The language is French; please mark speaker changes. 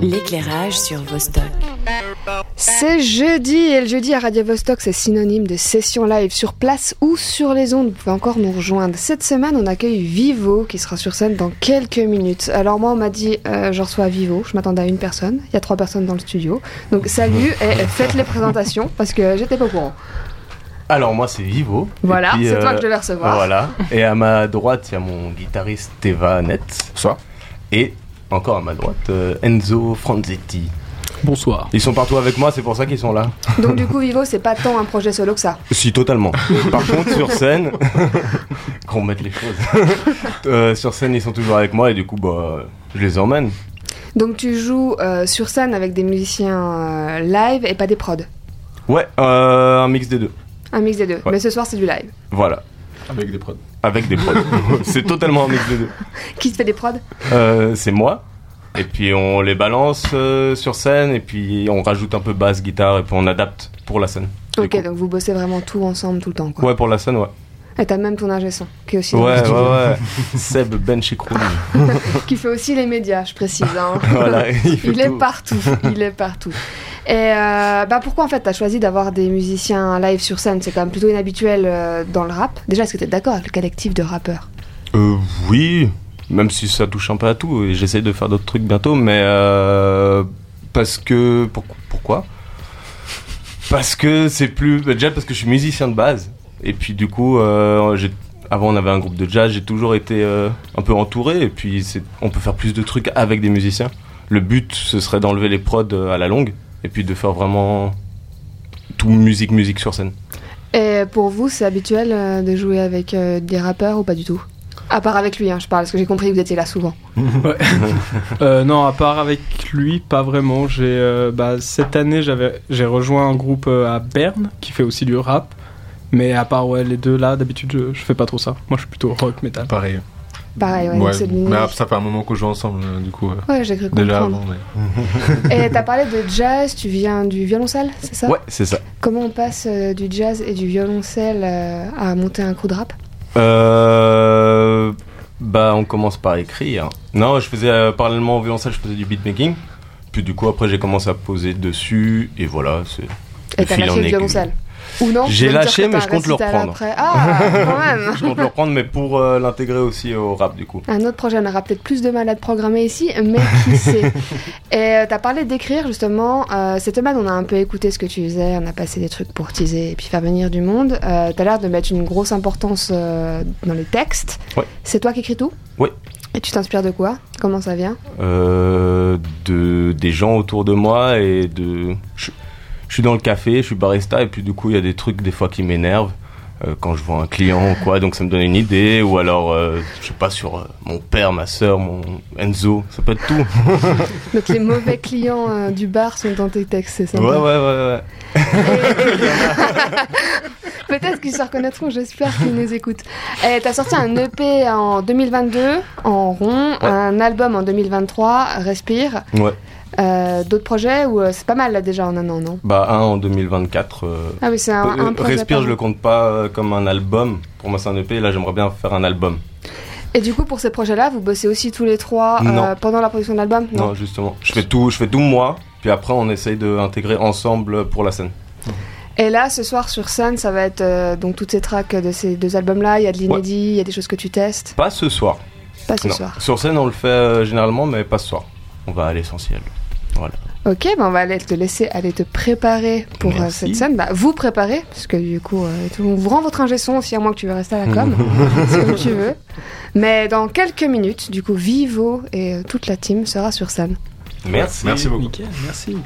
Speaker 1: L'éclairage sur Vostok.
Speaker 2: C'est jeudi et le jeudi à Radio Vostok, c'est synonyme de session live sur place ou sur les ondes. Vous pouvez encore nous rejoindre. Cette semaine, on accueille Vivo qui sera sur scène dans quelques minutes. Alors moi, on m'a dit, euh, je reçois Vivo. Je m'attendais à une personne. Il y a trois personnes dans le studio. Donc salut et faites les présentations parce que j'étais pas au courant.
Speaker 3: Alors moi c'est Vivo.
Speaker 2: Voilà,
Speaker 3: Et puis,
Speaker 2: c'est toi
Speaker 3: euh,
Speaker 2: que je vais recevoir.
Speaker 3: Voilà. Et à ma droite il y a mon guitariste Teva Net.
Speaker 4: Bonsoir.
Speaker 3: Et encore à ma droite euh, Enzo Franzetti.
Speaker 5: Bonsoir.
Speaker 3: Ils sont partout avec moi, c'est pour ça qu'ils sont là.
Speaker 2: Donc du coup, Vivo, c'est pas tant un projet solo que ça.
Speaker 3: Si totalement. Par contre sur scène, qu'on mette les choses. Euh, sur scène ils sont toujours avec moi et du coup bah je les emmène.
Speaker 2: Donc tu joues euh, sur scène avec des musiciens euh, live et pas des prods.
Speaker 3: Ouais, euh, un mix des deux.
Speaker 2: Un mix des deux.
Speaker 3: Ouais.
Speaker 2: Mais ce soir, c'est du live.
Speaker 3: Voilà.
Speaker 4: Avec des prods.
Speaker 3: Avec des prods. c'est totalement un mix des deux.
Speaker 2: Qui te fait des prods
Speaker 3: Euh, c'est moi. Et puis on les balance euh, sur scène et puis on rajoute un peu basse, guitare et puis on adapte pour la scène. Du
Speaker 2: Ok,
Speaker 3: coup.
Speaker 2: donc vous bossez vraiment tout ensemble tout le temps. Quoi.
Speaker 3: Ouais, pour la scène, ouais.
Speaker 2: Et t'as même ton ingé son, qui, est aussi
Speaker 3: Ouais, ouais, ouais. Seb Benchikroun.
Speaker 2: qui fait aussi les médias, je précise. hein.
Speaker 3: voilà, il fait
Speaker 2: Il est
Speaker 3: tout.
Speaker 2: partout, il est partout. Et euh, bah pourquoi en fait t'as choisi d'avoir des musiciens live sur scène C'est quand même plutôt inhabituel euh, dans le rap. Déjà, est-ce que t'es d'accord avec le collectif de rappeurs
Speaker 3: Euh, oui, même si ça touche un peu à tout, et j'essaie de faire d'autres trucs bientôt, mais euh, parce que. pour- pourquoi Parce que c'est plus. bah, Déjà parce que je suis musicien de base, et puis du coup, euh, j'ai- avant on avait un groupe de jazz, j'ai toujours été euh, un peu entouré, et puis c'est- on peut faire plus de trucs avec des musiciens. Le but, ce serait d'enlever les prods euh, à la longue, et puis de faire vraiment tout musique, musique sur scène.
Speaker 2: Et pour vous, c'est habituel euh, de jouer avec euh, des rappeurs ou pas du tout À part avec lui, hein, je parle, parce que j'ai compris que vous étiez là souvent.
Speaker 5: Euh, non, à part avec lui, pas vraiment. J'ai euh, bah, cette année, j'avais j'ai rejoint un groupe euh, à Berne qui fait aussi du rap. Mais à part ouais, les deux là, d'habitude, je, je fais pas trop ça. Moi, je suis plutôt rock metal.
Speaker 4: Pareil.
Speaker 2: Pareil, Ah ouais, donc c'est de
Speaker 4: mais
Speaker 2: l'univers.
Speaker 4: ça fait un moment qu'on joue ensemble, euh, du coup. euh,
Speaker 2: Ouais, j'ai cru
Speaker 4: déjà
Speaker 2: comprendre.
Speaker 4: avant, mais.
Speaker 2: Et t'as parlé de jazz, tu viens du violoncelle, c'est ça
Speaker 3: Ouais, c'est ça.
Speaker 2: Comment on passe euh, du jazz et du violoncelle euh, à monter un crew de rap
Speaker 3: Euh, bah, on commence par écrire. Non, je faisais euh, parallèlement au violoncelle, je faisais du beatmaking. Puis du coup, après, j'ai commencé à poser dessus et voilà. c'est
Speaker 2: Et
Speaker 3: le
Speaker 2: t'as
Speaker 3: fil
Speaker 2: lâché
Speaker 3: en
Speaker 2: le
Speaker 3: aiguille.
Speaker 2: violoncelle Ou non
Speaker 3: J'ai
Speaker 2: Tu vas me dire
Speaker 3: lâché,
Speaker 2: que t'as
Speaker 3: mais je
Speaker 2: un
Speaker 3: compte le
Speaker 2: récital
Speaker 3: reprendre.
Speaker 2: après. Ah, quand même
Speaker 3: Je compte le reprendre, mais pour euh, l'intégrer aussi au rap, du coup.
Speaker 2: Un autre projet, on aura peut-être plus de malades programmés ici, mais qui sait Et euh, t'as parlé d'écrire justement. euh, cette semaine, on a un peu écouté ce que tu faisais, on a passé des trucs pour teaser et puis faire venir du monde. Euh, t'as l'air de mettre une grosse importance euh, dans les textes.
Speaker 3: Ouais.
Speaker 2: C'est toi qui écris tout
Speaker 3: Oui.
Speaker 2: Et tu t'inspires de quoi Comment ça vient
Speaker 3: Euh, de, des gens autour de moi et de. Je, je suis dans le café, je suis barista, et puis du coup, il y a des trucs des fois qui m'énervent. euh, quand je vois un client ou quoi, donc ça me donne une idée, ou alors, euh, je sais pas, sur euh, mon père, ma soeur, mon Enzo, ça peut être tout.
Speaker 2: Donc les mauvais clients euh, du bar sont dans tes textes, c'est ça
Speaker 3: Ouais, ouais, ouais, ouais.
Speaker 2: Peut-être qu'ils se reconnaîtront, j'espère qu'ils nous écoutent. Eh, T'as sorti un EP en 2022, en rond, un album en 2023, Respire.
Speaker 3: Ouais.
Speaker 2: Euh, D'autres projets où euh, c'est pas mal là déjà en un an, non
Speaker 3: Bah, un en 2024. euh,
Speaker 2: Ah oui, c'est un,
Speaker 3: euh,
Speaker 2: un projet.
Speaker 3: Respire,
Speaker 2: par
Speaker 3: je le
Speaker 2: an.
Speaker 3: compte pas euh, comme un album. Pour moi, c'est un EP. Là, j'aimerais bien faire un album.
Speaker 2: Et du coup, pour ces projets-là, vous bossez aussi tous les trois euh,
Speaker 3: Non.
Speaker 2: pendant la production de l'album
Speaker 3: Non, justement. Je fais tout, je fais tout moi. Puis après, on essaye de intégrer ensemble pour la scène.
Speaker 2: Et là, ce soir sur scène, ça va être euh, donc toutes ces tracks de ces deux albums-là. Il y a de l'inédit, il y a des choses que tu testes.
Speaker 3: Pas ce soir.
Speaker 2: Pas ce
Speaker 3: non.
Speaker 2: soir.
Speaker 3: Sur scène, on le fait euh, généralement, mais pas ce soir. On va à l'essentiel.
Speaker 2: Ok, ben on va aller te laisser aller te préparer pour euh,
Speaker 3: Merci.
Speaker 2: cette scène. Bah, vous préparer, parce que du coup, euh, tout- on vous rend votre ingé son aussi, à moins que tu veux rester à la com. c'est comme tu veux. Mais dans quelques minutes, du coup, Vivo et euh, toute la team sera sur scène.
Speaker 3: Merci.
Speaker 4: Merci beaucoup.
Speaker 5: Nickel, merci.